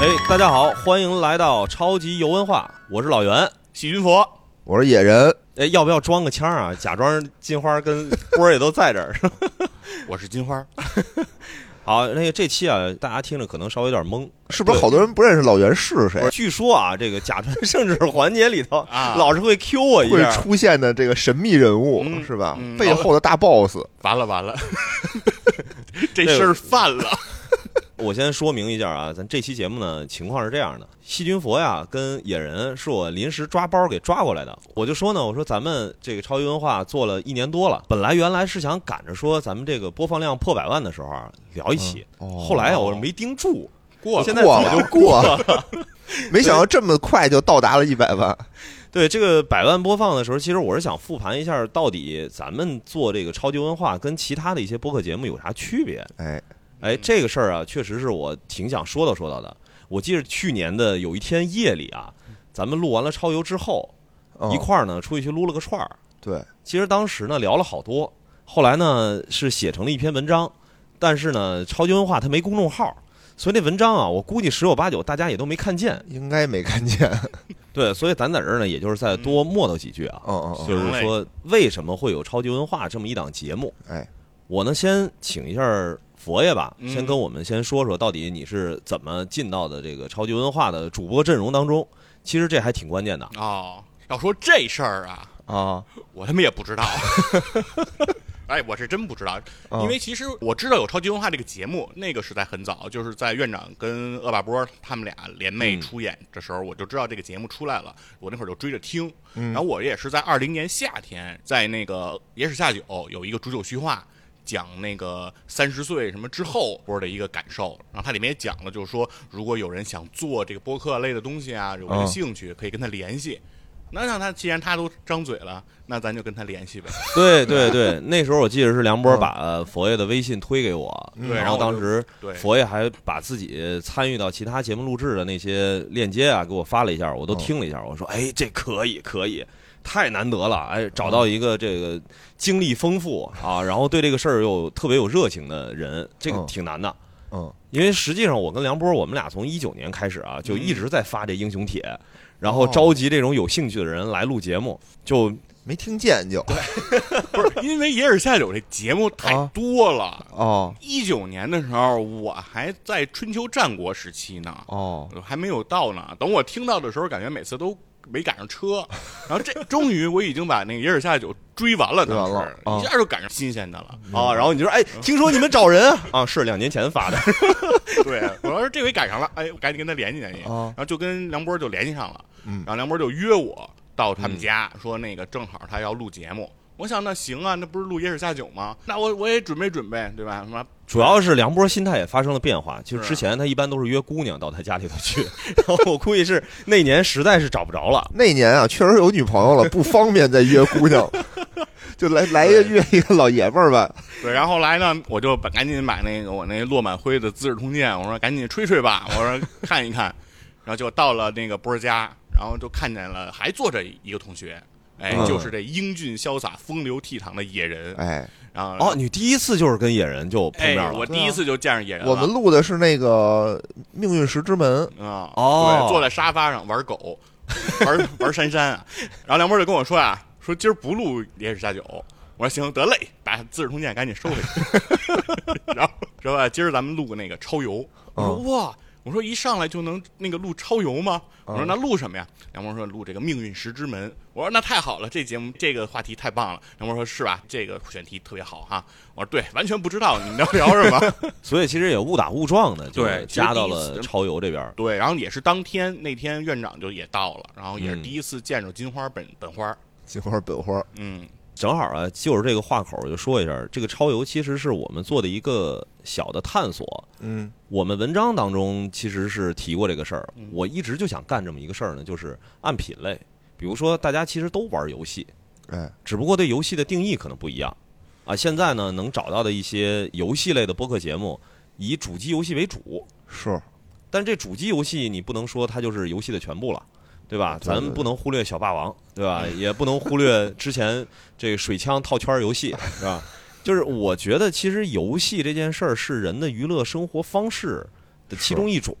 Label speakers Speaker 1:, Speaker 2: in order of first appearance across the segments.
Speaker 1: 哎大家好，欢迎来到超级游文化，我是老袁，喜云佛。
Speaker 2: 我是野人，
Speaker 1: 哎，要不要装个腔儿啊？假装金花跟波儿也都在这儿。
Speaker 3: 我是金花，
Speaker 1: 好，那个这期啊，大家听着可能稍微有点懵。
Speaker 2: 是不是好多人不认识老袁是谁？
Speaker 1: 据说啊，这个假传圣旨环节里头，
Speaker 3: 啊
Speaker 1: 老是会 Q 我一
Speaker 2: 会
Speaker 1: 下。
Speaker 2: 出现的这个神秘人物、
Speaker 3: 嗯
Speaker 2: 是吧、
Speaker 3: 嗯
Speaker 2: 背后的大 boss，
Speaker 3: 完了完 了，这事儿犯了。
Speaker 1: 我先说明一下啊，咱这期节目呢，情况是这样的：细菌佛呀跟野人是我临时抓包给抓过来的。我就说呢，我说咱们这个超级文化做了一年多了，本来原来是想赶着说咱们这个播放量破百万的时候啊聊一期，
Speaker 2: 哦
Speaker 1: 后来啊我没盯住，
Speaker 3: 过
Speaker 1: 现在
Speaker 2: 过
Speaker 1: 早
Speaker 2: 了
Speaker 1: 就过
Speaker 2: 过
Speaker 1: 了。
Speaker 2: 没想到这么快就到达了一百万。
Speaker 1: 对这个百万播放的时候，其实我是想复盘一下，到底咱们做这个超级文化跟其他的一些播客节目有啥区别？
Speaker 2: 哎，
Speaker 1: 哎，这个事儿啊，确实是我挺想说道说道的。我记得去年的有一天夜里啊，咱们录完了超游之后，
Speaker 2: 嗯
Speaker 1: 一块儿呢出去去撸了个串儿。
Speaker 2: 对，
Speaker 1: 其实当时呢聊了好多，后来呢是写成了一篇文章，但是呢超级文化它没公众号，所以那文章啊，我估计十有八九大家也都没看见。
Speaker 2: 应该没看见。
Speaker 1: 对，所以咱在这儿呢，也就是再多磨叨几句啊。
Speaker 2: 嗯嗯嗯，
Speaker 1: 就是说为什么会有超级文化这么一档节目？
Speaker 2: 哎，
Speaker 1: 我呢先请一下佛爷吧，
Speaker 3: 嗯
Speaker 1: 先跟我们先说说到底你是怎么进到的这个超级文化的主播阵容当中。其实这还挺关键的，
Speaker 3: 哦，要说这事儿啊，
Speaker 2: 啊，
Speaker 3: 我他妈也不知道。 哎，我是真不知道，
Speaker 2: 嗯
Speaker 3: 因为其实我知道有《超级文化》这个节目，那个是在很早，就是在院长跟恶霸波他们俩联袂出
Speaker 2: 嗯
Speaker 3: 演的时候，我就知道这个节目出来了，我那会儿就追着听。
Speaker 2: 嗯
Speaker 3: 然后我也是在二零年夏天，在那个野史下酒有一个煮酒叙话，讲那个三十岁什么之后播的一个感受，然后它里面也讲了，就是说如果有人想做这个播客类的东西啊，有这个
Speaker 2: 嗯
Speaker 3: 兴趣，可以跟他联系。那让他既然他都张嘴了，那咱就跟他联系呗。
Speaker 1: 对对对，那时候我记得是梁波把佛爷的微信推给我，
Speaker 3: 对
Speaker 1: 然
Speaker 3: 然后
Speaker 1: 后当时
Speaker 3: 对
Speaker 1: 佛爷还把自己参与到其他节目录制的那些链接啊给我发了一下，我都听了一下，我说哎这可以可以，太难得了，哎找到一个这个经历丰富啊，然后对这个事儿又特别有热情的人，这个
Speaker 2: 嗯
Speaker 1: 挺难的。
Speaker 2: 嗯，
Speaker 1: 因为实际上我跟梁波，我们俩从一九年开始啊，就一直在发这英雄帖，然后召集这种有兴趣的人来录节目，就
Speaker 2: 没听见就
Speaker 3: 不是 因为《野史下酒》这节目太多了。
Speaker 2: 哦
Speaker 3: 一九、年的时候，我还在春秋战国时期呢，
Speaker 2: 哦，
Speaker 3: 还没有到呢。等我听到的时候，感觉每次都没赶上 车。然后这终于我已经把那个《野史下酒》追完了，
Speaker 2: 追
Speaker 3: 当
Speaker 2: 完
Speaker 3: 时、
Speaker 2: 了啊
Speaker 3: 一下就赶上新鲜的了。
Speaker 1: 啊，然后你就说，哎，听说你们找人啊？ 啊，是两年前发的。
Speaker 3: 对，我要是这回赶上了，哎，我赶紧跟他联系联系。
Speaker 2: 啊
Speaker 3: 然后就跟梁波就联系上了，
Speaker 2: 嗯
Speaker 3: 然后梁波就约我到他们家，说那个正好他要录节目。我想那行啊，那不是录《野史下酒》吗？那我我也准备准备，对吧？什么
Speaker 1: 主要是梁波心态也发生了变化，就是
Speaker 3: 是啊
Speaker 1: 之前他一般都是约姑娘到他家里头去，
Speaker 3: 啊
Speaker 1: 然后我估计是那年实在是找不着了。
Speaker 2: 那年啊，确实有女朋友了，不方便再约姑娘， 就来来一个约一个老爷们儿吧。
Speaker 3: 对，然后后来呢，我就把赶紧把那个我那落满灰的《资治通鉴》，我说赶紧吹吹吧，我说看一看，然后就到了那个波儿家，然后就看见了还坐着一个同学，哎，
Speaker 2: 嗯
Speaker 3: 就是这英俊潇洒、风流倜傥的野人，
Speaker 2: 哎，
Speaker 3: 然后
Speaker 1: 哦，你第一次就是跟野人就碰
Speaker 3: 啊哎
Speaker 1: 面，了
Speaker 3: 我，第一次就见着野人了，
Speaker 2: 我们录的是那个《命运石之门》，
Speaker 3: 啊，
Speaker 1: 哦
Speaker 3: 对，坐在沙发上玩狗， 玩玩珊珊啊。然后梁波就跟我说啊，说今儿不录《野史下酒》，我说行，得嘞，把《资治通鉴》赶紧收回去。 然后说啊，今儿咱们录个那个超游。我说哇，我说一上来就能那个录超游吗？我说那录什么呀？梁波说录这个《命运石之门》。我说那太好了，这节目这个话题太棒了。梁波说是吧？这个选题特别好哈。我说对，完全不知道你们要聊什么。
Speaker 1: 所以其实也误打误撞的，就
Speaker 3: 对
Speaker 1: 是
Speaker 3: 其实
Speaker 1: 加到
Speaker 3: 第一
Speaker 1: 了
Speaker 3: 次嗯
Speaker 1: 超游这边。
Speaker 3: 对，然后也是当天那天院长就也到了，然后也是
Speaker 1: 嗯
Speaker 3: 第一次见着金花本本花，
Speaker 2: 金花本花，
Speaker 3: 嗯，
Speaker 1: 正好啊，就是这个话口，我就说一下，这个超游其实是我们做的一个小的探索。
Speaker 2: 嗯
Speaker 1: 我们文章当中其实是提过这个事儿
Speaker 3: 嗯，
Speaker 1: 我一直就想干这么一个事儿呢，就是按品类，比如说大家其实都玩游戏，
Speaker 2: 哎
Speaker 1: 只不过对游戏的定义可能不一样啊。现在呢，能找到的一些游戏类的播客节目，以主机游戏为主，
Speaker 2: 是
Speaker 1: 但这主机游戏你不能说它就是游戏的全部了。对吧？
Speaker 2: 对对嗯
Speaker 1: 咱们不能忽略小霸王，对吧？ 也不能忽略之前这个水枪套圈儿游 戏，是吧？就是我觉得，其实游戏这件事儿是人的娱乐生活方式的其中一种。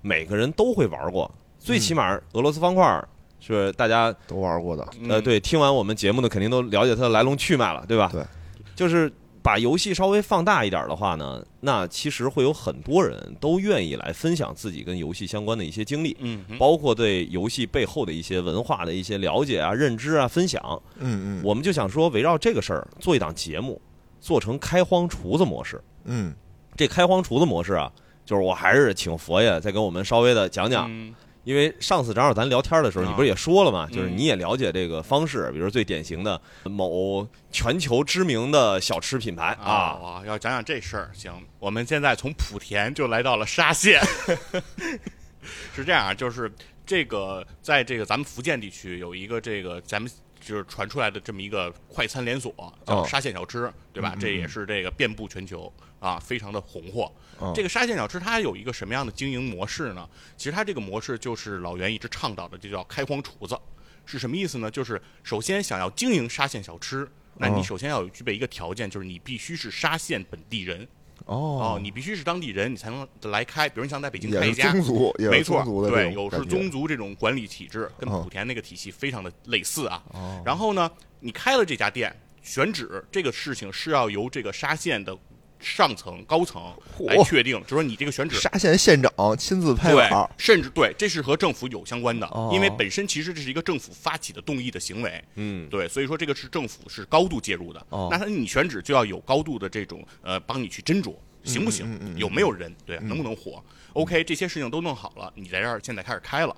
Speaker 1: 每个人都会玩过，最
Speaker 2: 嗯
Speaker 1: 起码俄罗斯方块儿是大家
Speaker 2: 都玩过的，
Speaker 3: 嗯
Speaker 1: 呃，对，听完我们节目的肯定都了解它的来龙去脉了，对吧？
Speaker 2: 嗯对，
Speaker 1: 就是把游戏稍微放大一点的话呢，那其实会有很多人都愿意来分享自己跟游戏相关的一些经历，
Speaker 3: 嗯，嗯，
Speaker 1: 包括对游戏背后的一些文化的一些了解啊、认知啊、分享。
Speaker 2: 嗯嗯
Speaker 1: 我们就想说，围绕这个事儿做一档节目，做成开荒厨子模式。
Speaker 2: 嗯，
Speaker 1: 这开荒厨子模式啊，就是我还是请佛爷再跟我们稍微的讲讲，
Speaker 3: 嗯
Speaker 1: 因为上次正好咱聊天的时候，
Speaker 3: 啊
Speaker 1: 你不是也说了嘛，就是
Speaker 3: 嗯
Speaker 1: 你也了解这个方式，比如最典型的某全球知名的小吃品牌
Speaker 3: 啊，
Speaker 1: 啊，
Speaker 3: 哇要讲讲这事儿。行，我们现在从莆田就来到了沙县， 是这样啊，就是这个在这个咱们福建地区有一个这个咱们。就是传出来的这么一个快餐连锁，叫
Speaker 2: 哦嗯
Speaker 3: 沙县小吃，对吧？这也是这个遍布全球啊，非常的红火。
Speaker 2: 哦
Speaker 3: 这个沙县小吃它有一个什么样的经营模式呢？其实它这个模式就是老袁一直倡导的，就叫开荒厨子。是什么意思呢？就是首先想要经营沙县小吃，那你
Speaker 2: 哦
Speaker 3: 首先要有具备一个条件，就是你必须是沙县本地人哦，你必须是当地人，你才能来开。比如你想在北京
Speaker 2: 也
Speaker 3: 开一
Speaker 2: 是
Speaker 3: 家，
Speaker 2: 宗族，也
Speaker 3: 没
Speaker 2: 是
Speaker 3: 错
Speaker 2: 宗族，的
Speaker 3: 对，
Speaker 2: 这种
Speaker 3: 有是
Speaker 2: 感觉
Speaker 3: 宗族这种管理体制，跟
Speaker 2: 哦
Speaker 3: 莆田那个体系非常的类似啊。然后呢，你开了这家店，选址这个事情是要由这个沙县的上层高层来
Speaker 2: 嚯
Speaker 3: 确定，就说你这个选址
Speaker 2: 沙县县长亲自拍
Speaker 3: 对
Speaker 2: 板，，
Speaker 3: 甚至对，这是和政府有相关的，
Speaker 2: 哦
Speaker 3: 因为本身其实这是一个政府发起的动议的行为，
Speaker 1: 嗯，
Speaker 3: 对，所以说这个是政府是高度介入的。
Speaker 2: 哦
Speaker 3: 那他你选址就要有高度的这种呃，帮你去斟酌行不行，
Speaker 2: 嗯
Speaker 3: 有没有人，对，能不能火、o k 这些事情都弄好了，你在这儿现在开始开了。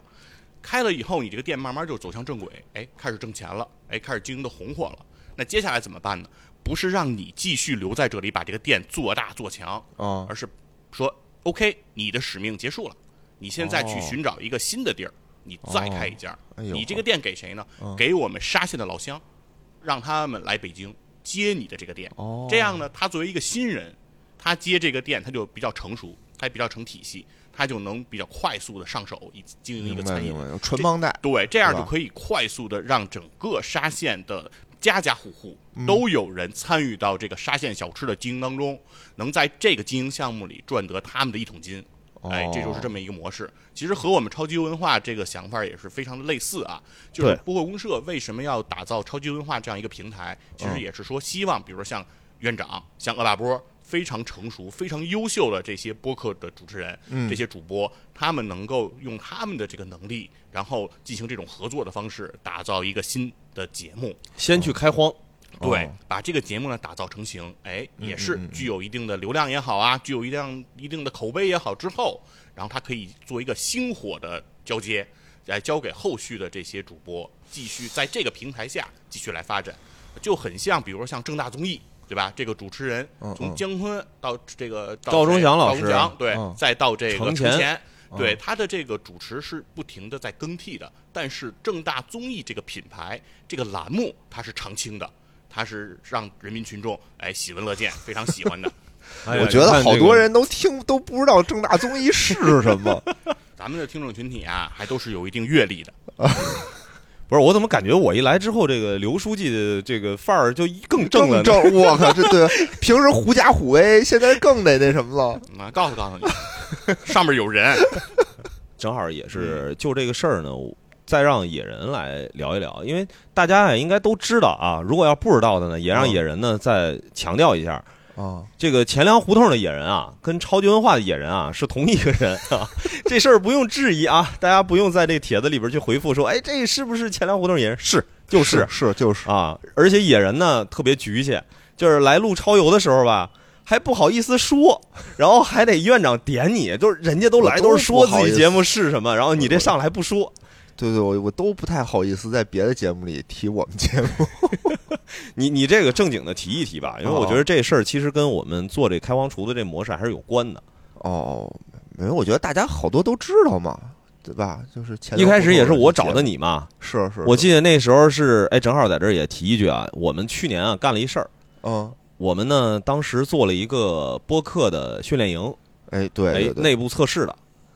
Speaker 3: 开了以后，你这个店慢慢就走向正轨，哎，开始挣钱了，哎，开始经营的红火了。那接下来怎么办呢？不是让你继续留在这里把这个店做大做强，
Speaker 2: 啊
Speaker 3: 而是说 OK，你的使命结束了，你现在去
Speaker 2: 哦
Speaker 3: 寻找一个新的地儿，你再开一家。
Speaker 2: 哎呦嗯
Speaker 3: 你这个店给谁呢？给我们沙县的老乡，让他们来北京接你的这个店。
Speaker 2: 哦
Speaker 3: 这样呢，他作为一个新人，他接这个店他就比较成熟，他也比较成体系，他就能比较快速的上手以及经营一
Speaker 2: 明
Speaker 3: 个
Speaker 2: 白
Speaker 3: 餐饮
Speaker 2: 明。白，纯帮带，
Speaker 3: 对，这样
Speaker 2: 是吧
Speaker 3: 就可以快速的让整个沙县的家家户户
Speaker 2: 嗯
Speaker 3: 都有人参与到这个沙县小吃的经营当中，能在这个经营项目里赚得他们的一桶金。哎，这就是这么一个模式。其实和我们超级文化这个想法也是非常的类似啊。就是
Speaker 1: 对
Speaker 3: 播客公社为什么要打造超级文化这样一个平台，其实也是说希望，比如说像院长、像恶霸波。非常成熟、非常优秀的这些播客的主持人，这些主播，他们能够用他们的这个能力，然后进行这种合作的方式，打造一个新的节目。
Speaker 1: 先去开荒，
Speaker 3: 对
Speaker 2: 哦，
Speaker 3: 把这个节目呢打造成型，哎，
Speaker 1: 嗯
Speaker 3: 也是具有一定的流量也好啊，具有一定一定的口碑也好之后，然后它可以做一个星火的交接，来交给后续的这些主播，继续在这个平台下继续来发展，就很像，比如说像正大综艺。对吧？这个主持人
Speaker 2: 嗯
Speaker 3: 从
Speaker 2: 嗯
Speaker 3: 姜昆到这个到
Speaker 1: 赵忠
Speaker 3: 谁
Speaker 1: 祥老
Speaker 3: 赵忠
Speaker 1: 师
Speaker 3: 祥对，
Speaker 2: 嗯
Speaker 3: 再到这个
Speaker 1: 程
Speaker 3: 程
Speaker 1: 前
Speaker 3: 前，对他的这个主持是不停的在更替的，但是正大综艺这个品牌这个栏目它是常青的，它是让人民群众哎喜闻乐见，非常喜欢的。
Speaker 1: 哎呀
Speaker 2: 我觉得好多，人都听都不知道正大综艺是什么，
Speaker 3: 咱们的听众群体啊，还都是有一定阅历的，
Speaker 1: 你看这个不是我怎么感觉我一来之后，这个刘书记的这个范儿就更正了
Speaker 2: 更
Speaker 1: 呢？
Speaker 2: 正，我靠，这对，平时狐假虎威，现在更得那什么了，
Speaker 3: 啊，告诉告诉你， 上面有人，
Speaker 1: 正好也是就这个事儿呢，我再让野人来聊一聊，因为大家也应该都知道啊。如果要不知道的呢，也让
Speaker 2: 嗯
Speaker 1: 野人呢再强调一下，
Speaker 2: 啊，
Speaker 1: 这个钱粮胡同的野人啊，跟超级文化的野人啊是同一个人 啊，这事儿不用质疑啊，大家不用在这帖子里边去回复说，哎，这是不是钱粮胡同野人？是，就是
Speaker 2: 是就是，
Speaker 1: 啊，而且野人呢特别局限，就是来录超游的时候吧。还不好意思说，然后还得院长点你，就是人家都来
Speaker 2: 我都
Speaker 1: 都是说
Speaker 2: 不好
Speaker 1: 自
Speaker 2: 意
Speaker 1: 己
Speaker 2: 思
Speaker 1: 节目是什么，然后你这上来还不说，
Speaker 2: 对对，我我都不太好意思在别的节目里提我们节目，
Speaker 1: 你你这个正经的提一提吧，因为我觉得这事儿其实跟我们做这开荒厨子这模式还是有关的。
Speaker 2: 哦，没有，我觉得大家好多都知道嘛，对吧？就是前
Speaker 1: 一开始也是我找的
Speaker 2: 你，
Speaker 1: 你嘛，
Speaker 2: 是是，
Speaker 1: 我记得那时候是，哎，正好在这儿也提一句啊，我们去年啊干了一事儿，
Speaker 2: 嗯，
Speaker 1: 我们呢当时做了一个播客的训练营，
Speaker 2: 哎对
Speaker 1: 哎
Speaker 2: 对，对，
Speaker 1: 内部测试的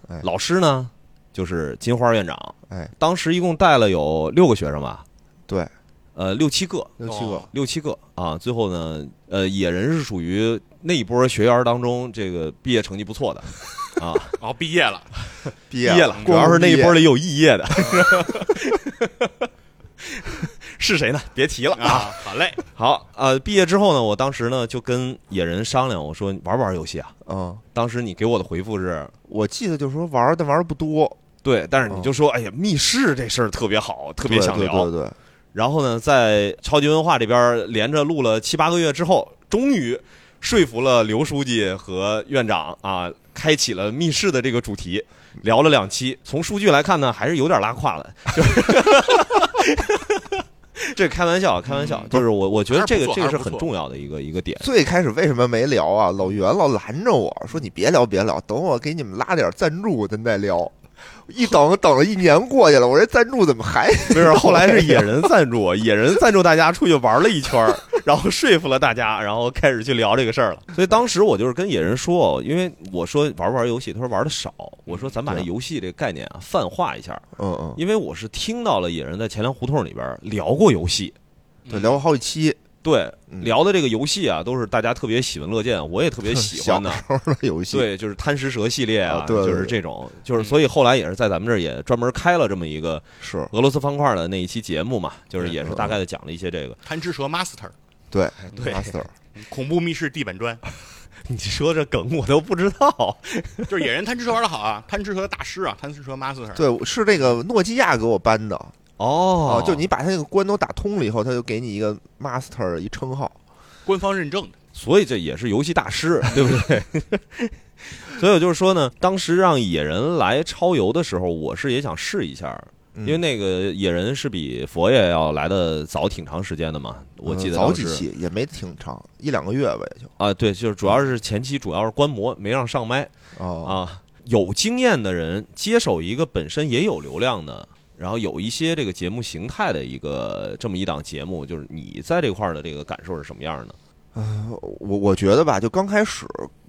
Speaker 2: 哎，
Speaker 1: 老师呢就是金花院长，
Speaker 2: 哎，
Speaker 1: 当时一共带了有六个学生吧，
Speaker 2: 对，
Speaker 1: 呃，六七个，
Speaker 2: 六七个
Speaker 3: 哦，
Speaker 1: 六七个啊，最后呢，呃，野人是属于那一波学员当中这个毕业成绩不错的，啊，
Speaker 3: 然后哦毕业了，
Speaker 2: 毕
Speaker 1: 毕
Speaker 2: 业嗯
Speaker 1: 业了，主要是那一波里有肄 业的， 是谁呢？别提了啊！
Speaker 3: 啊，好嘞，
Speaker 1: 好，呃，毕业之后呢，我当时呢就跟野人商量，我说玩不玩游戏啊？
Speaker 2: 嗯，
Speaker 1: 当时你给我的回复是。
Speaker 2: 我记得就是说玩儿，但玩儿不多，
Speaker 1: 对，但是你
Speaker 2: 嗯
Speaker 1: 就说，哎呀，密室这事儿特别好，特
Speaker 2: 特
Speaker 1: 别想
Speaker 2: 对
Speaker 1: 聊。
Speaker 2: 对对，对
Speaker 1: 然后呢，在超级文化这边连着录了七八个月之后，终于说服了刘书记和院长啊，开启了密室的这个主题，聊了两期。从数据来看呢，还是有点拉胯了。 就是这开玩笑，开玩笑，就是我我觉得这个
Speaker 3: 嗯
Speaker 1: 这
Speaker 3: 还是不错
Speaker 1: 个是
Speaker 3: 还是
Speaker 1: 很
Speaker 3: 不错
Speaker 1: 重要的一个一个点。
Speaker 2: 最开始为什么没聊啊？老袁老拦着我说：“你别聊，别聊，等我给你们拉点赞助，咱再聊。” 一等等了一年过去了，我这赞助怎么还
Speaker 1: 不是，后来是野人赞助， 野人赞助大家出去玩了一圈儿，然后说服了大家，然后开始去聊这个事儿了。所以当时我就是跟野人说，因为我说玩不玩游戏，他说玩的少，我说咱把这游戏这个概念啊泛化一下，
Speaker 2: 嗯嗯，
Speaker 1: 因为我是听到了野人在钱粮胡同里边聊过游戏，
Speaker 3: 嗯
Speaker 2: 对，聊过好几期，
Speaker 1: 对，
Speaker 2: 嗯
Speaker 1: 聊的这个游戏啊，都是大家特别喜闻乐见，我也特别喜 欢的。
Speaker 2: 小时候的游戏，
Speaker 1: 对，就是贪食蛇系列啊，
Speaker 2: 啊对对
Speaker 1: 就是
Speaker 2: 对
Speaker 1: 这种，就是所以后来也是在咱们这儿也专门开了这么一个
Speaker 2: 是
Speaker 1: 俄罗斯方块的那一期节目嘛，就是也是
Speaker 2: 嗯
Speaker 1: 大概的讲了一些这个。
Speaker 3: 贪吃蛇 master，
Speaker 2: 对
Speaker 1: 对
Speaker 2: master，
Speaker 3: 恐怖密室地板砖，
Speaker 1: 你说这梗我都不知道，啊
Speaker 3: 就是野人贪吃蛇玩的好啊，贪吃蛇大师啊，贪吃蛇 master，
Speaker 2: 对，是那个诺基亚给我颁的
Speaker 1: 哦
Speaker 2: 啊，就你把他那个关都打通了以后，他就给你一个 master 一称号，
Speaker 3: 官方认证的，
Speaker 1: 所以这也是游戏大师， 对不对？ 所以我就是说呢，当时让野人来超游的时候，我是也想试一下，
Speaker 2: 嗯
Speaker 1: 因为那个野人是比佛爷要来的早挺长时间的嘛，我记得
Speaker 2: 嗯早
Speaker 1: 当
Speaker 2: 几
Speaker 1: 时
Speaker 2: 期也没挺长，一两个月吧也就
Speaker 1: 啊，对，就是主要是前期主要是观摩，没让上麦
Speaker 2: 哦
Speaker 1: 啊。有经验的人接手一个本身也有流量的，然后有一些这个节目形态的一个这么一档节目，就是你在这块儿的这个感受是什么样的？
Speaker 2: 我我觉得吧，就刚开始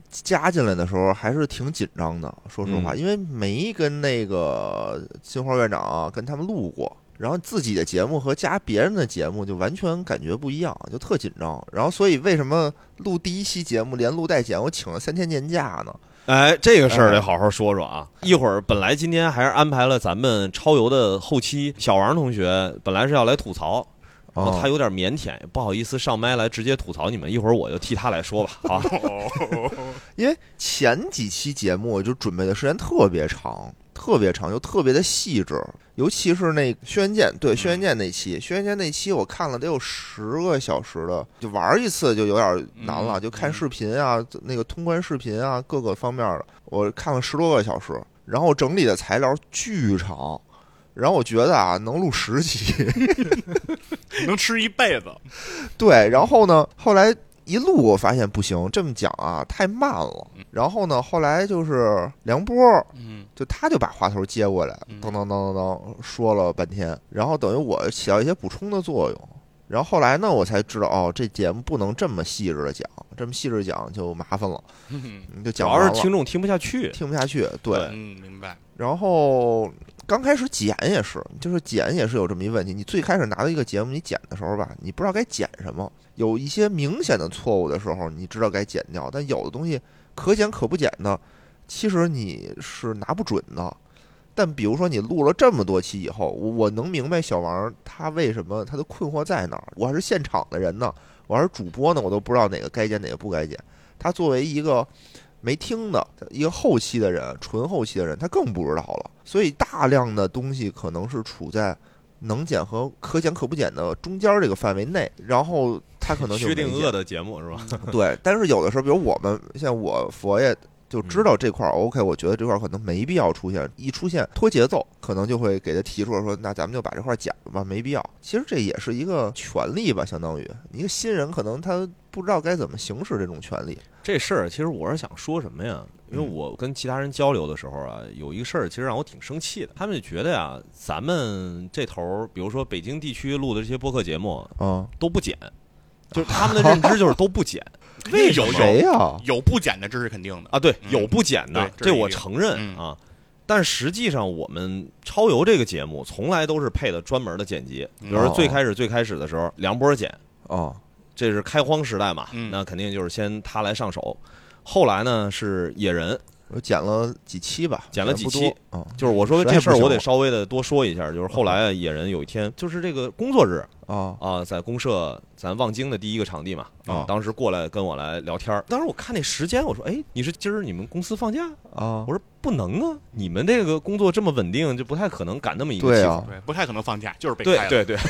Speaker 2: 加进来的时候还是挺紧张的，说实话，
Speaker 1: 嗯
Speaker 2: 因为没跟那个金花院长、啊、跟他们录过，然后自己的节目和加别人的节目就完全感觉不一样，就特紧张。然后所以为什么录第一期节目连录带剪，我请了三天年假呢？
Speaker 1: 哎，这个事儿得好好说说啊！一会儿本来今天还是安排了咱们超游的后期小王同学，本来是要来吐槽，然后
Speaker 2: 啊
Speaker 1: 哦他有点腼腆，不好意思上麦来直接吐槽你们。一会儿我就替他来说吧，好吧，
Speaker 2: 因为前几期节目我就准备的时间特别长，特别长，又特别的细致，尤其是那《轩辕剑》对《轩辕剑》那期，《轩辕剑》那期我看了得有十个小时的，就玩一次就有点难了，
Speaker 3: 嗯
Speaker 2: 就看视频啊，那个通关视频啊，各个方面的，我看了十多个小时，然后整理的材料巨长。然后我觉得啊，能录十期，
Speaker 3: 能吃一辈子，
Speaker 2: 对，然后呢，后来一路我发现不行，这么讲啊太慢了。
Speaker 1: 嗯
Speaker 2: 然后呢，后来就是梁波，
Speaker 3: 嗯，
Speaker 2: 就他就把话头接过来
Speaker 3: 嗯，
Speaker 2: 当当当当当说了半天，然后等于我起到一些补充的作用。然后后来呢，我才知道哦，这节目不能这么细致的讲，这么细致地讲就麻烦了，
Speaker 3: 嗯，
Speaker 2: 你就
Speaker 1: 主
Speaker 2: 讲
Speaker 1: 要
Speaker 2: 完
Speaker 1: 是
Speaker 2: 了
Speaker 1: 听众听不下去。
Speaker 2: 听不下去。对，
Speaker 1: 对
Speaker 3: 明白，
Speaker 2: 然后刚开始剪也是，就是剪也是有这么一问题。你最开始拿到一个节目，你剪的时候吧，你不知道该剪什么，有一些明显的错误的时候，你知道该剪掉，但有的东西可剪可不剪的，其实你是拿不准的。但比如说你录了这么多期以后，我我能明白小王他为什么他的困惑在哪儿。我还是现场的人呢，我还是主播呢，我都不知道哪个该剪哪个不该剪。他作为一个没听的一个后期的人，纯后期的人，他更不知道了。所以大量的东西可能是处在能减和可减可不减的中间这个范围内，然后他可能就
Speaker 1: 薛
Speaker 2: 没
Speaker 1: 定
Speaker 2: 剪
Speaker 1: 谔的节目是吧？
Speaker 2: 对，但是有的时候，比如我们像我佛爷就知道这块儿 OK，我觉得这块儿可能没必要出现，一出现拖节奏，可能就会给他提出来说，那咱们就把这块儿剪了吧，没必要。其实这也是一个权利吧，相当于一个新人可能他不知道该怎么行使这种权利。
Speaker 1: 这事儿其实我是想说什么呀？因
Speaker 3: 嗯
Speaker 1: 为我跟其他人交流的时候啊，有一个事儿其实让我挺生气的。他们就觉得呀、咱们这头儿，比如说北京地区录的这些播客节目
Speaker 2: 啊、
Speaker 1: 都不剪，就是他们的认知就是都不剪。为什
Speaker 3: 有
Speaker 1: 么
Speaker 2: 谁
Speaker 3: 有
Speaker 2: 呀、
Speaker 3: 有不减的，这是肯定的，
Speaker 1: 啊，对，
Speaker 3: 嗯
Speaker 1: 有不减的
Speaker 3: 对，这
Speaker 1: 这
Speaker 3: 是
Speaker 1: 我
Speaker 3: 一定
Speaker 1: 承认
Speaker 3: 嗯
Speaker 1: 啊。但实际上，我们超游这个节目从来都是配的专门的剪辑，比
Speaker 3: 嗯
Speaker 1: 如说最开始最开始的时候，梁波剪，
Speaker 2: 哦，
Speaker 1: 这是开荒时代嘛，
Speaker 3: 嗯
Speaker 1: 那肯定就是先他来上手。后来呢是野人，
Speaker 2: 我剪了几期吧，
Speaker 1: 剪了几期
Speaker 2: 啊，
Speaker 1: 就是我说
Speaker 2: 实在
Speaker 1: 这事儿，
Speaker 2: 不行
Speaker 1: 我
Speaker 2: 了
Speaker 1: 得稍微的多说一下。就是后来啊野人有一天，就是这个工作日
Speaker 2: 嗯啊
Speaker 1: 啊，在公社咱望京的第一个场地嘛，
Speaker 2: 啊
Speaker 1: 当时过来跟我来聊天儿。当时我看那时间，我说，哎，你是今儿你们公司放假？
Speaker 2: 啊
Speaker 1: 我，说不能啊，你们这个工作这么稳定，就不太可能赶那么一个
Speaker 2: 对
Speaker 1: 季
Speaker 2: 啊，
Speaker 3: 对，不太可能放假，就是被
Speaker 1: 对
Speaker 3: 开了。
Speaker 1: 哦对对。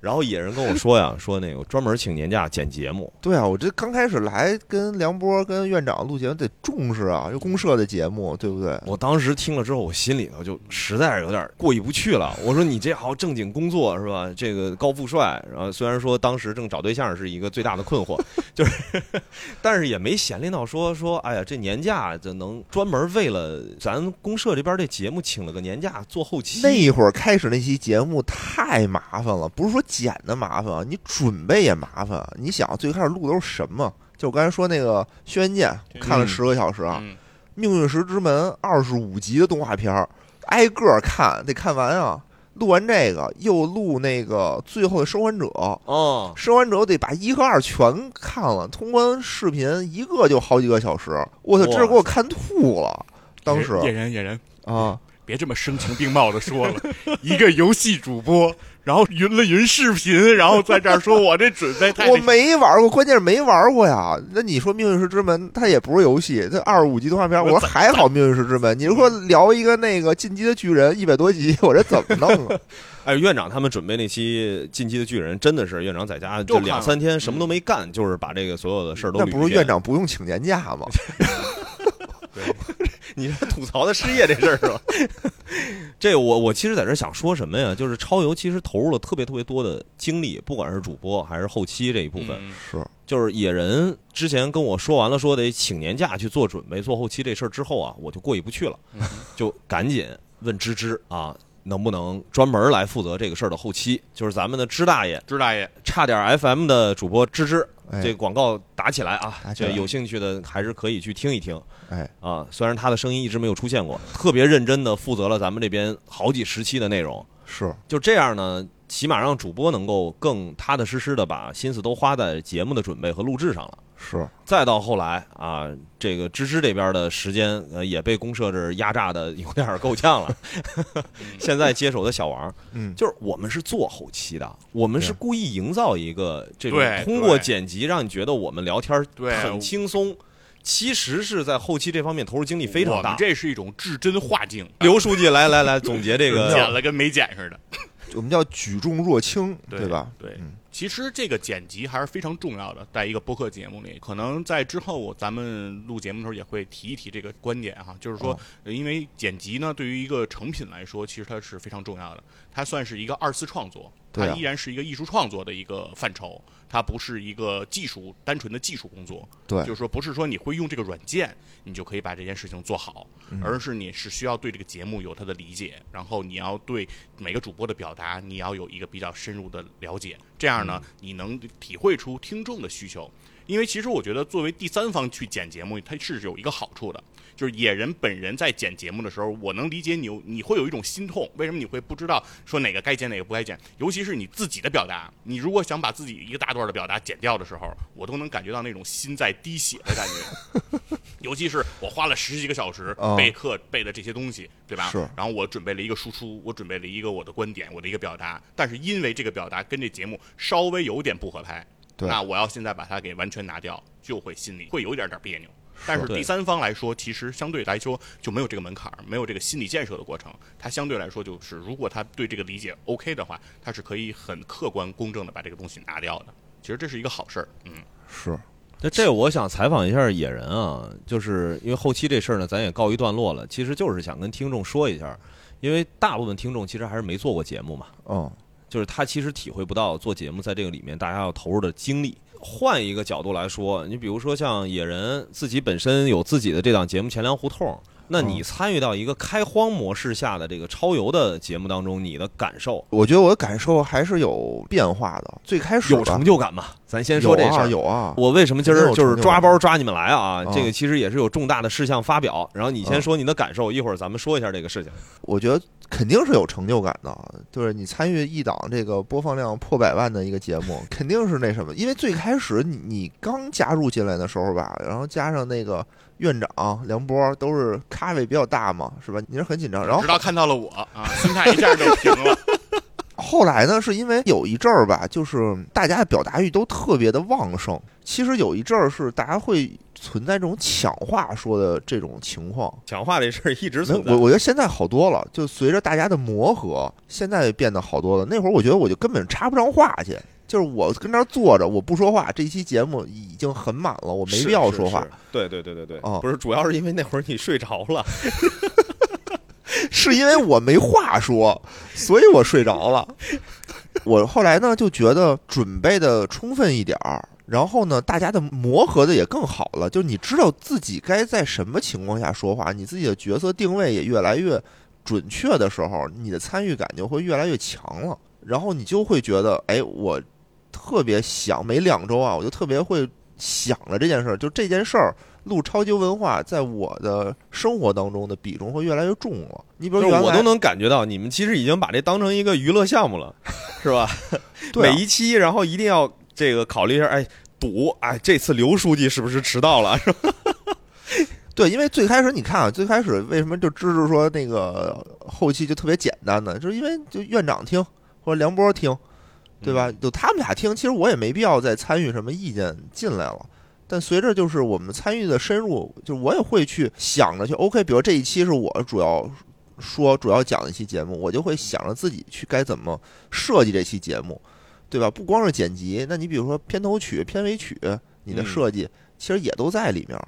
Speaker 1: 然后野人跟我说呀，说那个专门请年假剪节目，
Speaker 2: 对啊，我这刚开始来跟梁波跟院长录节目得重视啊，有公社的节目，对不对？
Speaker 1: 我当时听了之后，我心里头就实在是有点过意不去了。我说你这好正经工作是吧？这个高富帅，然后虽然说当时正找对象是一个最大的困惑，就是，但是也没闲练到说说，哎呀，这年假就能专门为了咱公社这边这节目请了个年假做后期。
Speaker 2: 那会儿开始那期节目太麻烦了，不是说剪的麻烦，啊，你准备也麻烦啊。你想最开始录的都是什么？就我刚才说那个《轩辕剑》，看了
Speaker 1: 嗯
Speaker 2: 十个小时啊，
Speaker 3: 嗯，
Speaker 2: 命运石之门》二十五集的动画片儿，挨个儿看，得看完啊。录完这个，又录那个最后的《生还者》，
Speaker 1: 哦，
Speaker 2: 生完之后得把一和二全看了，通关视频一个就好几个小时，我操，
Speaker 1: 哇
Speaker 2: 真是给我看吐了。当时
Speaker 3: 野人野人，
Speaker 2: 啊，
Speaker 3: 别这么声情并茂的说了，一个游戏主播，然后云了云视频，然后在这儿说我这准备 太
Speaker 2: 我没玩过，关键是没玩过呀。那你说《命运石之门》它也不是游戏，它二十五集动画片，
Speaker 3: 我
Speaker 2: 我说还好，《命运石之门》。你如果聊一个那个《进击的巨人》一百多集， 我这怎么弄 啊？
Speaker 1: 哎，院长他们准备那期《进击的巨人》，真的是院长在家
Speaker 3: 又
Speaker 1: 就
Speaker 3: 看
Speaker 1: 两
Speaker 3: 了
Speaker 1: 三天什么都没干，就是把这个所有的事儿都
Speaker 2: 嗯那
Speaker 1: 捋
Speaker 2: 不是
Speaker 1: 一遍
Speaker 2: 院长不用请年假吗？
Speaker 1: 你这吐槽的失业这事儿是吧？ 这我我其实在这想说什么呀？就是超游其实投入了特别特别多的精力，不管是主播还是后期这一部分。
Speaker 3: 嗯
Speaker 2: 是
Speaker 1: 就是野人之前跟我说完了，说得请年假去做准备、做后期这事儿之后啊，我就过意不去了，
Speaker 3: 嗯
Speaker 1: 就赶紧问芝芝啊，能不能专门来负责这个事儿的后期？就是咱们的芝大爷，
Speaker 3: 知大爷，
Speaker 1: 差点 FM 的主播芝芝，
Speaker 2: 哎
Speaker 1: 这广告打起来啊！
Speaker 2: 打起
Speaker 1: 这
Speaker 2: 来
Speaker 1: 有兴趣的还是可以去听一听。
Speaker 2: 哎
Speaker 1: 啊，虽然他的声音一直没有出现过，特别认真的负责了咱们这边好几十期的内容。
Speaker 2: 是，
Speaker 1: 就这样呢，起码让主播能够更踏踏实实的把心思都花在节目的准备和录制上了。
Speaker 2: 是
Speaker 1: 再到后来啊，这个芝芝这边的时间呃也被公社这儿压榨的有点儿够呛了。
Speaker 3: 嗯
Speaker 1: 现在接手的小王，
Speaker 2: 嗯，
Speaker 1: 就是我们是做后期的，我们是
Speaker 2: 对
Speaker 1: 故意营造一个这种
Speaker 3: 对
Speaker 1: 通过
Speaker 3: 对
Speaker 1: 剪辑让你觉得我们聊天儿
Speaker 3: 对
Speaker 1: 很轻松，其实是在后期这方面投入精力非
Speaker 3: 我
Speaker 1: 常
Speaker 3: 们
Speaker 1: 大。
Speaker 3: 这是一种至真化境，
Speaker 1: 刘书记，来来来，总结这
Speaker 3: 剪
Speaker 1: 个，
Speaker 3: 了跟没剪似的，
Speaker 2: 我们叫举重若轻，
Speaker 3: 对
Speaker 2: 对吧？
Speaker 3: 对
Speaker 2: 嗯
Speaker 3: 其实这个剪辑还是非常重要的，在一个播客节目里，可能在之后我咱们录节目的时候也会提一提这个观点哈，就是说
Speaker 2: 哦，
Speaker 3: 呃因为剪辑呢，对于一个成品来说，其实它是非常重要的，它算是一个二次创作，它
Speaker 2: 对啊
Speaker 3: 依然是一个艺术创作的一个范畴，它不是一个技术单纯的技术工作，
Speaker 2: 对
Speaker 3: 就是说不是说你会用这个软件，你就可以把这件事情做好，而是你是需要对这个节目有它的理解，然后你要对每个主播的表达，你要有一个比较深入的了解，这样呢，你能体会出听众的需求。因为其实我觉得，作为第三方去剪节目，它是有一个好处的，就是野人本人在剪节目的时候，我能理解你有你会有一种心痛，为什么你会不知道说哪个该剪哪个不该剪？尤其是你自己的表达，你如果想把自己一个大段的表达剪掉的时候，我都能感觉到那种心在滴血的感觉。尤其是我花了十几个小时
Speaker 2: 哦
Speaker 3: 备课背的这些东西，对吧？
Speaker 2: 是
Speaker 3: 然后我准备了一个输出，我准备了一个我的观点，我的一个表达，但是因为这个表达跟这节目稍微有点不合拍，
Speaker 2: 对
Speaker 3: 那我要现在把它给完全拿掉，就会心里会有一点点别扭。但是
Speaker 1: 对
Speaker 3: 第三方来说，其实相对来说就没有这个门槛儿，没有这个心理建设的过程。他相对来说就是，如果他对这个理解 OK 的话，他是可以很客观公正的把这个东西拿掉的。其实这是一个好事儿，嗯，
Speaker 2: 是，
Speaker 1: 那这我想采访一下野人啊，就是因为后期这事儿呢，咱也告一段落了，其实就是想跟听众说一下，因为大部分听众其实还是没做过节目嘛，
Speaker 2: 嗯，
Speaker 1: 就是他其实体会不到做节目在这个里面大家要投入的精力。换一个角度来说，你比如说像野人自己本身有自己的这档节目《钱粮胡同》，那你参与到一个开荒模式下的这个超游的节目当中，你的感受
Speaker 2: 我觉得我的感受还是有变化的。最开始
Speaker 1: 有
Speaker 2: 吧
Speaker 1: 成就感吗？咱先说这事儿。
Speaker 2: 有啊，有啊
Speaker 1: 我为什么今
Speaker 2: 肯定
Speaker 1: 儿
Speaker 2: 有
Speaker 1: 就是
Speaker 2: 成就
Speaker 1: 抓
Speaker 2: 感
Speaker 1: 包抓你们来啊？
Speaker 2: 啊
Speaker 1: 这个其实也是有重大的事项发表，然后你先
Speaker 2: 啊
Speaker 1: 说你的感受，一会儿咱们说一下这个事情。
Speaker 2: 我觉得肯定是有成就感的。就是你参与一档这个播放量破百万的一个节目，肯定是那什么，因为最开始你你刚加入进来的时候吧，然后加上那个院长梁波都是咖位比较大嘛，是吧？你是很紧张，然后
Speaker 3: 直到看到了我啊，心态一下就平了。
Speaker 2: 后来呢，是因为有一阵儿吧，就是大家的表达欲都特别的旺盛。其实有一阵儿是大家会存在这种抢话说的这种情况。
Speaker 1: 讲话这事儿一直
Speaker 2: 没有
Speaker 1: 存在
Speaker 2: 我。我觉得现在好多了，就随着大家的磨合，现在变得好多了。那会儿我觉得我就根本插不上话去，就是我跟那儿坐着，我不说话，这期节目已经很满了，我没必要说话
Speaker 1: 是。。是是对对对对对，
Speaker 2: 哦
Speaker 1: 不是，主要是因为那会儿你睡着 了。
Speaker 2: 是因为我没话说， 所以我睡着了。我后来呢就觉得准备的充分一点儿，然后呢大家的磨合的也更好了，就你知道自己该在什么情况下说话，你自己的角色定位也越来越准确的时候，你的参与感就会越来越强了，然后你就会觉得，哎，我特别想每两周啊，我就特别会想着这件事儿，就这件事儿。录超级文化在我的生活当中的比重会越来越重了。你比
Speaker 1: 就
Speaker 2: 如
Speaker 1: 是
Speaker 2: 原
Speaker 1: 我
Speaker 2: 来
Speaker 1: 都能感觉到，你们其实已经把这当成一个娱乐项目了，是吧？
Speaker 2: 对啊
Speaker 1: 每一期，然后一定要这个考虑一下，哎，赌，哎，这次刘书记是不是迟到 了？是吧？
Speaker 2: 对，因为最开始你看啊，最开始为什么就芝芝说那个后期就特别简单呢？就是因为就院长听或者梁波听，对吧？就他们俩听，其实我也没必要再参与什么意见进来了。但随着就是我们参与的深入，就是我也会去想着去 OK，比如这一期是我主要说主要讲的一期节目，我就会想着自己去该怎么设计这期节目，对吧？不光是剪辑，那你比如说片头曲、片尾曲，你的
Speaker 1: 嗯
Speaker 2: 设计其实也都在里面。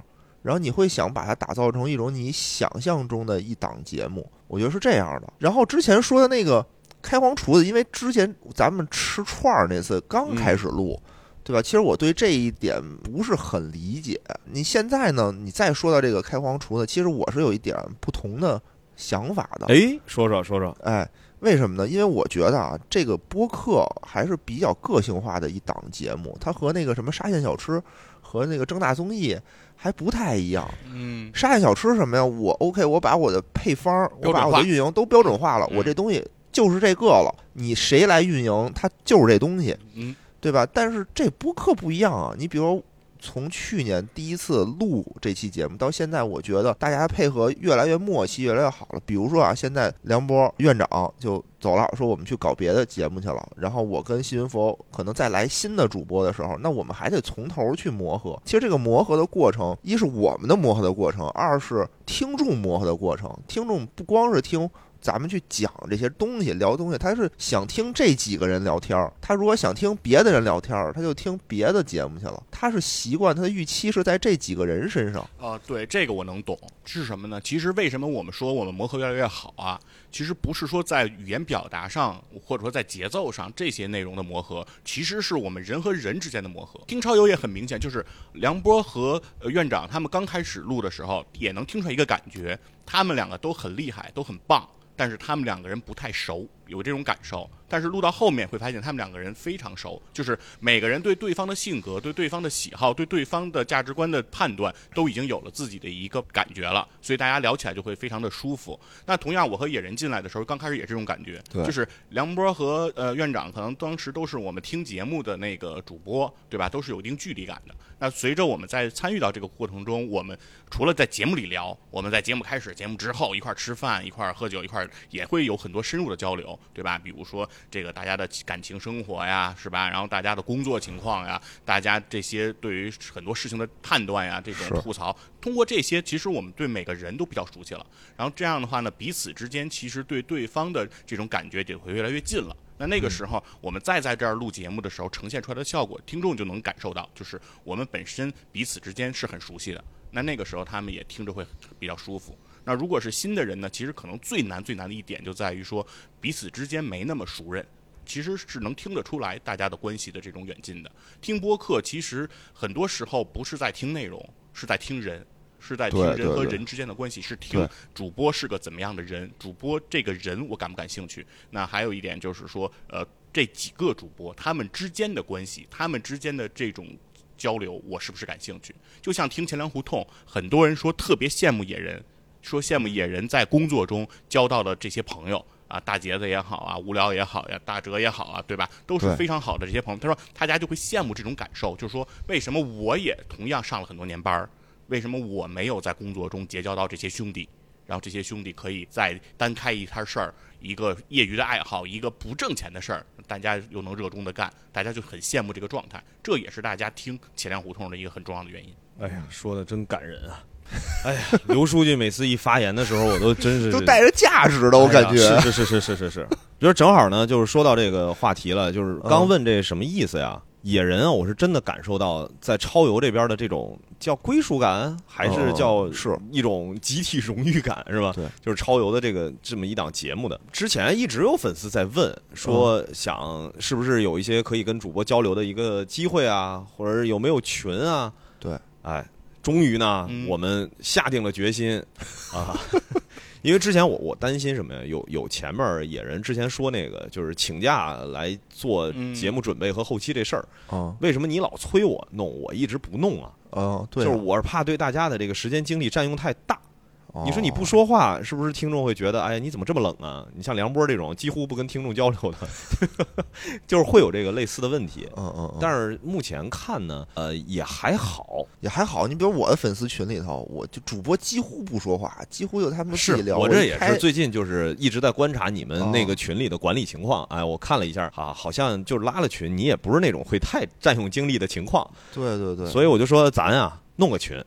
Speaker 2: 然后你会想把它打造成一种你想象中的一档节目，我觉得是这样的。然后之前说的那个开荒厨子，因为之前咱们吃串儿那次刚开始录，对吧？其实我对这一点不是很理解。你现在呢？你再说到这个开荒厨子，其实我是有一点不同的想法的。
Speaker 1: 哎，说说说说，
Speaker 2: 哎，为什么呢？因为我觉得啊，这个播客还是比较个性化的一档节目，它和那个什么沙县小吃和那个正大综艺还不太一样。
Speaker 3: 嗯，
Speaker 2: 沙县小吃是什么呀？我 OK，我把我的配方，我
Speaker 3: 标准化
Speaker 2: 把我的运营都标准化了，
Speaker 3: 嗯
Speaker 2: 我这东西就是这个了。你谁来运营，它就是这东西，
Speaker 3: 嗯，
Speaker 2: 对吧？但是这播客不一样啊，你比如。从去年第一次录这期节目到现在，我觉得大家配合越来越默契，越来越好了。比如说啊，现在梁波院长就走了，说我们去搞别的节目去了。然后我跟西云佛可能再来新的主播的时候，那我们还得从头去磨合。其实这个磨合的过程，一是我们的磨合的过程，二是听众磨合的过程。听众不光是听咱们去讲这些东西、聊东西，他是想听这几个人聊天儿。他如果想听别的人聊天儿，他就听别的节目去了。他是习惯他的预期是在这几个人身上。
Speaker 3: 啊，对，这个我能懂，是什么呢？其实为什么我们说我们磨合越来越好啊？其实不是说在语言表达上，或者说在节奏上这些内容的磨合，其实是我们人和人之间的磨合。听超游也很明显，就是梁波和呃院长他们刚开始录的时候，也能听出来一个感觉，他们两个都很厉害，都很棒，但是他们两个人不太熟，有这种感受。但是录到后面会发现，他们两个人非常熟，就是每个人对对方的性格、对对方的喜好、对对方的价值观的判断，都已经有了自己的一个感觉了，所以大家聊起来就会非常的舒服。那同样，我和野人进来的时候，刚开始也是这种感觉，
Speaker 2: 对
Speaker 3: 就是梁波和呃院长可能当时都是我们听节目的那个主播，对吧？都是有一定距离感的。那随着我们在参与到这个过程中，我们除了在节目里聊，我们在节目开始、节目之后一块儿吃饭、一块儿喝酒、一块儿也会有很多深入的交流，对吧？比如说这个大家的感情生活呀，是吧？然后大家的工作情况呀，大家这些对于很多事情的判断呀，这种
Speaker 2: 是
Speaker 3: 吐槽，通过这些，其实我们对每个人都比较熟悉了。然后这样的话呢，彼此之间其实对对方的这种感觉也会越来越近了。那那个时候，我们再在这儿录节目的时候，呈现出来的效果，听众就能感受到，就是我们本身彼此之间是很熟悉的。那那个时候，他们也听着会比较舒服。那如果是新的人呢，其实可能最难最难的一点就在于说，彼此之间没那么熟人。其实是能听得出来大家的关系的这种远近的。听播客其实很多时候不是在听内容，是在听人，是在听
Speaker 2: 对
Speaker 3: 人
Speaker 2: 对
Speaker 3: 和
Speaker 2: 对
Speaker 3: 人之间的关系，是听
Speaker 2: 对
Speaker 3: 主播是个怎么样的人，主播这个人我感不感兴趣。那还有一点就是说，呃，这几个主播他们之间的关系，他们之间的这种。交流，我是不是感兴趣？就像听钱粮胡同，很多人说特别羡慕野人，说羡慕野人在工作中交到的这些朋友啊，大杰子也好啊，无聊也好呀，大哲也好啊，对吧？都是
Speaker 2: 对
Speaker 3: 非常好的这些朋友。他说大家就会羡慕这种感受，就是说为什么我也同样上了很多年班儿，为什么我没有在工作中结交到这些兄弟？然后这些兄弟可以再单开一摊事儿，一个业余的爱好，一个不挣钱的事儿，大家又能热衷的干，大家就很羡慕这个状态。这也是大家听铁亮胡同的一个很重要的原因。
Speaker 1: 哎呀，说的真感人 啊！哎呀，刘书记每次一发言的时候，我 都真是
Speaker 2: 都带着价值的，我感觉。
Speaker 1: 哎呀是是是是是是是。 就是正好呢，就是说到这个话题了，就是
Speaker 2: 嗯
Speaker 1: 刚问这什么意思呀？野人啊，我是真的感受到在超游这边的这种叫归属感，还是
Speaker 2: 嗯
Speaker 1: 叫
Speaker 2: 是
Speaker 1: 一种集体荣誉感，是吧？
Speaker 2: 对，
Speaker 1: 就是超游的这个这么一档节目的。之前一直有粉丝在问，说
Speaker 2: 嗯
Speaker 1: 想是不是有一些可以跟主播交流的一个机会啊，或者有没有群啊？
Speaker 2: 对，
Speaker 1: 哎，终于呢，
Speaker 3: 嗯
Speaker 1: 我们下定了决心啊。因为之前我我担心什么呀？有有前面儿野人之前说那个，就是请假来做
Speaker 3: 嗯
Speaker 1: 节目准备和后期这事儿，
Speaker 2: 嗯
Speaker 1: 为什么你老催我弄，我一直不弄啊？
Speaker 2: 嗯，对
Speaker 1: 就
Speaker 2: 啊，
Speaker 1: 是我是怕对大家的这个时间精力占用太大。
Speaker 2: 哦
Speaker 1: 你说你不说话，是不是听众会觉得，哎呀，你怎么这么冷啊？你像梁波这种几乎不跟听众交流的， 就是会有这个类似的问题。
Speaker 2: 嗯嗯，嗯
Speaker 1: 但是目前看呢，呃，也还好，
Speaker 2: 也还好。你比如我的粉丝群里头，我就主播几乎不说话，几乎就他们自己
Speaker 1: 是
Speaker 2: 聊。
Speaker 1: 我这也
Speaker 2: 一开哦
Speaker 1: 是最近就是一直在观察你们那个群里的管理情况。哎，我看了一下啊，好像就拉了群，你也不是那种会太占用精力的情况，
Speaker 2: 对对对，
Speaker 1: 所以我就说咱啊弄个群，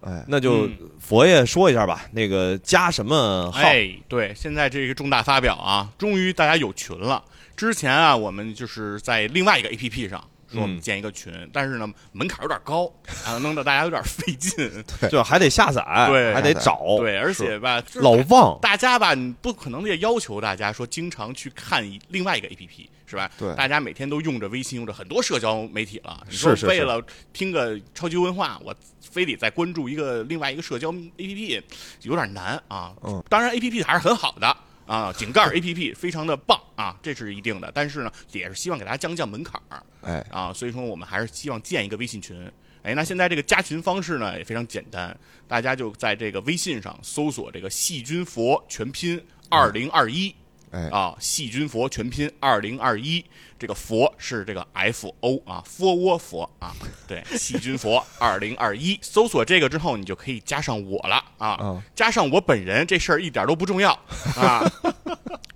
Speaker 2: 哎，
Speaker 1: 那就
Speaker 3: 嗯
Speaker 1: 佛爷说一下吧，那个加什么号？
Speaker 3: 哎，对，现在这个重大发表啊，终于大家有群了。之前啊，我们就是在另外一个 A P P 上说我们
Speaker 1: 嗯
Speaker 3: 建一个群，但是呢门槛有点高啊，弄得大家有点费劲。
Speaker 1: 就还得下载，
Speaker 3: 对
Speaker 1: 还得
Speaker 2: 下载
Speaker 1: 找，
Speaker 3: 对，而且吧，就是
Speaker 1: 老忘。
Speaker 3: 大家吧，你不可能也要求大家说经常去看一另外一个 A P P 是吧？
Speaker 2: 对
Speaker 3: 大家每天都用着微信，用着很多社交媒体了。你说
Speaker 1: 是是是
Speaker 3: 为了听个超级文化，我非得再关注一个另外一个社交 A P P，有点难啊。
Speaker 2: 嗯，
Speaker 3: 当然 A P P 还是很好的。啊，井盖 A P P 非常的棒啊，这是一定的。但是呢，也是希望给大家降降门槛儿。
Speaker 2: 哎，
Speaker 3: 啊，所以说我们还是希望建一个微信群。哎，那现在这个加群方式呢也非常简单，大家就在这个微信上搜索这个“细菌佛全拼二零二一”，
Speaker 2: 哎
Speaker 3: 啊，“细菌佛全拼二零二一”，这个“佛”是这个 F O 啊，佛窝佛啊，对，细菌佛二零二一，搜索这个之后，你就可以加上我了啊，
Speaker 2: 嗯
Speaker 3: 加上我本人这事儿一点都不重要啊，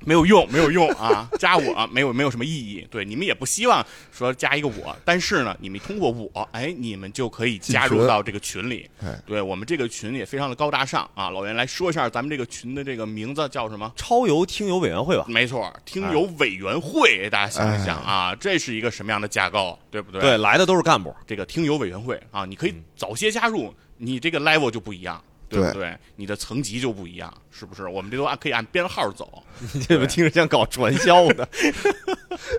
Speaker 3: 没有用，没有用啊！加我、没有没有什么意义。对，你们也不希望说加一个我，但是呢，你们通过我，哎，你们就可以加入到这个群里
Speaker 2: 群哎。
Speaker 3: 对我们这个群也非常的高大上啊！老袁来说一下咱们这个群的这个名字叫什么？
Speaker 1: 超游听友委员会吧，
Speaker 3: 没错，听友委员会，大家想一想啊，这是一个什么样的架构，对不对？
Speaker 1: 对，，来的都是干部，
Speaker 3: 这个听友委员会啊，你可以早些加入，你这个 level 就不一样。对不
Speaker 2: 对
Speaker 3: 对？你的层级就不一样，是不是？我们这都按可以按编号走，
Speaker 1: 你 这不听着像搞传销的？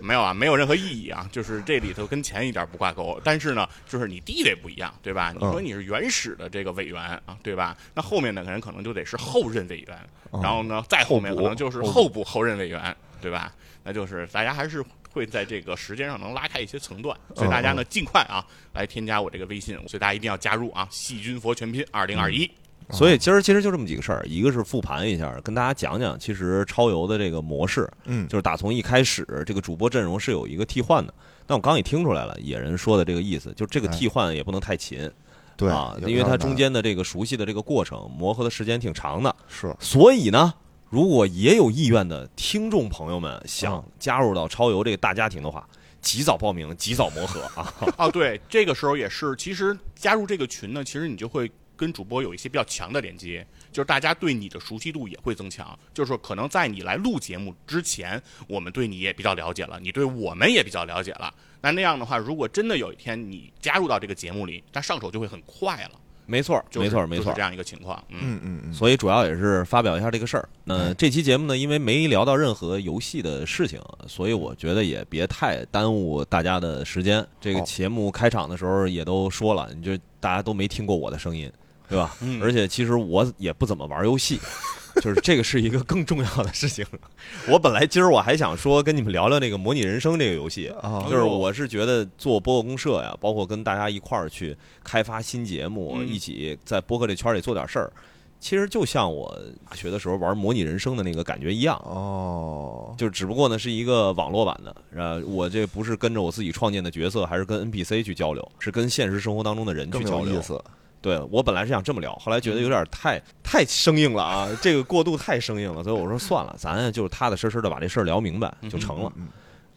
Speaker 3: 没有啊，没有任何意义啊，就是这里头跟钱一点不挂钩。但是呢，就是你地位不一样，对吧？你说你是原始的这个委员啊，对吧？那后面的可能可能就得是后任委员，然后呢，再嗯后面可能就是后补后任委员，对吧？那就是大家还是会在这个时间上能拉开一些层段，所以大家呢尽快啊来添加我这个微信，所以大家一定要加入啊！细菌佛全拼二零二一，
Speaker 1: 所以
Speaker 3: 嗯
Speaker 1: 今儿其实就这么几个事儿，一个是复盘一下，跟大家讲讲，其实超游的这个模式，
Speaker 2: 嗯
Speaker 1: 就是打从一开始，这个主播阵容是有一个替换的。但我刚也听出来了，野人说的这个意思，就这个
Speaker 2: 哎
Speaker 1: 替换也不能太勤、
Speaker 2: 对
Speaker 1: 啊，
Speaker 2: 也
Speaker 1: 因为
Speaker 2: 不知道
Speaker 1: 它
Speaker 2: 哪
Speaker 1: 中间的这个熟悉的这个过程，磨合的时间挺长的。
Speaker 2: 是
Speaker 1: 所以呢，如果也有意愿的听众朋友们想
Speaker 2: 嗯
Speaker 1: 加入到超游这个大家庭的话，及早报名，及早磨合啊。
Speaker 3: 哦，对，这个时候也是，其实加入这个群呢，其实你就会跟主播有一些比较强的连接，就是大家对你的熟悉度也会增强。就是说，可能在你来录节目之前，我们对你也比较了解了，你对我们也比较了解了。那那样的话，如果真的有一天你加入到这个节目里，那上手就会很快了。
Speaker 1: 没错儿，
Speaker 3: 就是、
Speaker 1: 没错儿，没
Speaker 3: 就
Speaker 1: 错
Speaker 3: 是
Speaker 1: 儿
Speaker 3: 这。样一个情况。嗯，
Speaker 2: 嗯嗯嗯，
Speaker 1: 所以主要也是发表一下这个事儿。那
Speaker 2: 哎
Speaker 1: 这期节目呢，因为没聊到任何游戏的事情，所以我觉得也别太耽误大家的时间。这个
Speaker 2: 好
Speaker 1: 节目开场的时候也都说了，你就大家都没听过我的声音，对吧？
Speaker 3: 嗯
Speaker 1: 而且其实我也不怎么玩游戏。 就是这个是一个更重要的事情。我本来今儿我还想说跟你们聊聊那个《模拟人生》这个游戏，
Speaker 2: 啊
Speaker 1: 就是我是觉得做播客公社呀，包括跟大家一块儿去开发新节目，
Speaker 3: 嗯
Speaker 1: 一起在播客这圈里做点事儿，其实就像我大学的时候玩模拟人生的那个感觉一样，
Speaker 2: 哦，
Speaker 1: 就只不过呢是一个网络版的，呃，我这不是跟着我自己创建的角色，还是跟 NPC 去交流，是跟现实生活当中的人去
Speaker 2: 更
Speaker 1: 交
Speaker 2: 有
Speaker 1: 流
Speaker 2: 意。思。嗯
Speaker 1: 对我本来是想这么聊，后来觉得有点太太生硬了啊，这个过度太生硬了，所以我说算了，咱就是踏踏实实的把这事儿聊明白就成了。
Speaker 2: 嗯，嗯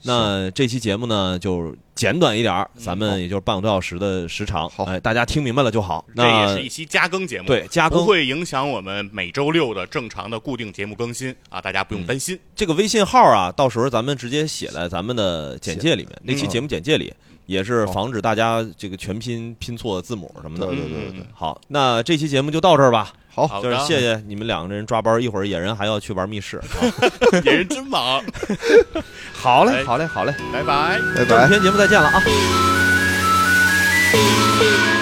Speaker 1: 那这期节目呢，就简短一点儿，咱们也就是半个多小时的时长，
Speaker 2: 嗯好
Speaker 1: 哎，大家听明白了就好。
Speaker 3: 这也
Speaker 1: 那
Speaker 3: 是一期加更节目，，
Speaker 1: 对加
Speaker 3: 不
Speaker 1: 更
Speaker 3: 会影响我们每周六的正常的固定节目更新啊，大家不用担心。
Speaker 1: 这个微信号啊，到时候咱们直接写在咱们的简介里面，那期节目简介里也是防止大家这个全拼拼错字母什么
Speaker 2: 对
Speaker 1: 的。
Speaker 2: 对对对对，
Speaker 1: 好，那这期节目就到这儿吧。
Speaker 2: 嗯好，
Speaker 3: 好
Speaker 1: 就是
Speaker 3: 的，
Speaker 1: 谢谢你们两个人抓包，一会儿野人还要去玩密室。
Speaker 3: 野人真忙，
Speaker 2: 好嘞，
Speaker 3: 哎
Speaker 2: 好嘞，好嘞，
Speaker 3: 拜拜。
Speaker 2: 拜
Speaker 1: 正
Speaker 2: 拜。
Speaker 1: 片节目再见了啊！
Speaker 4: Thank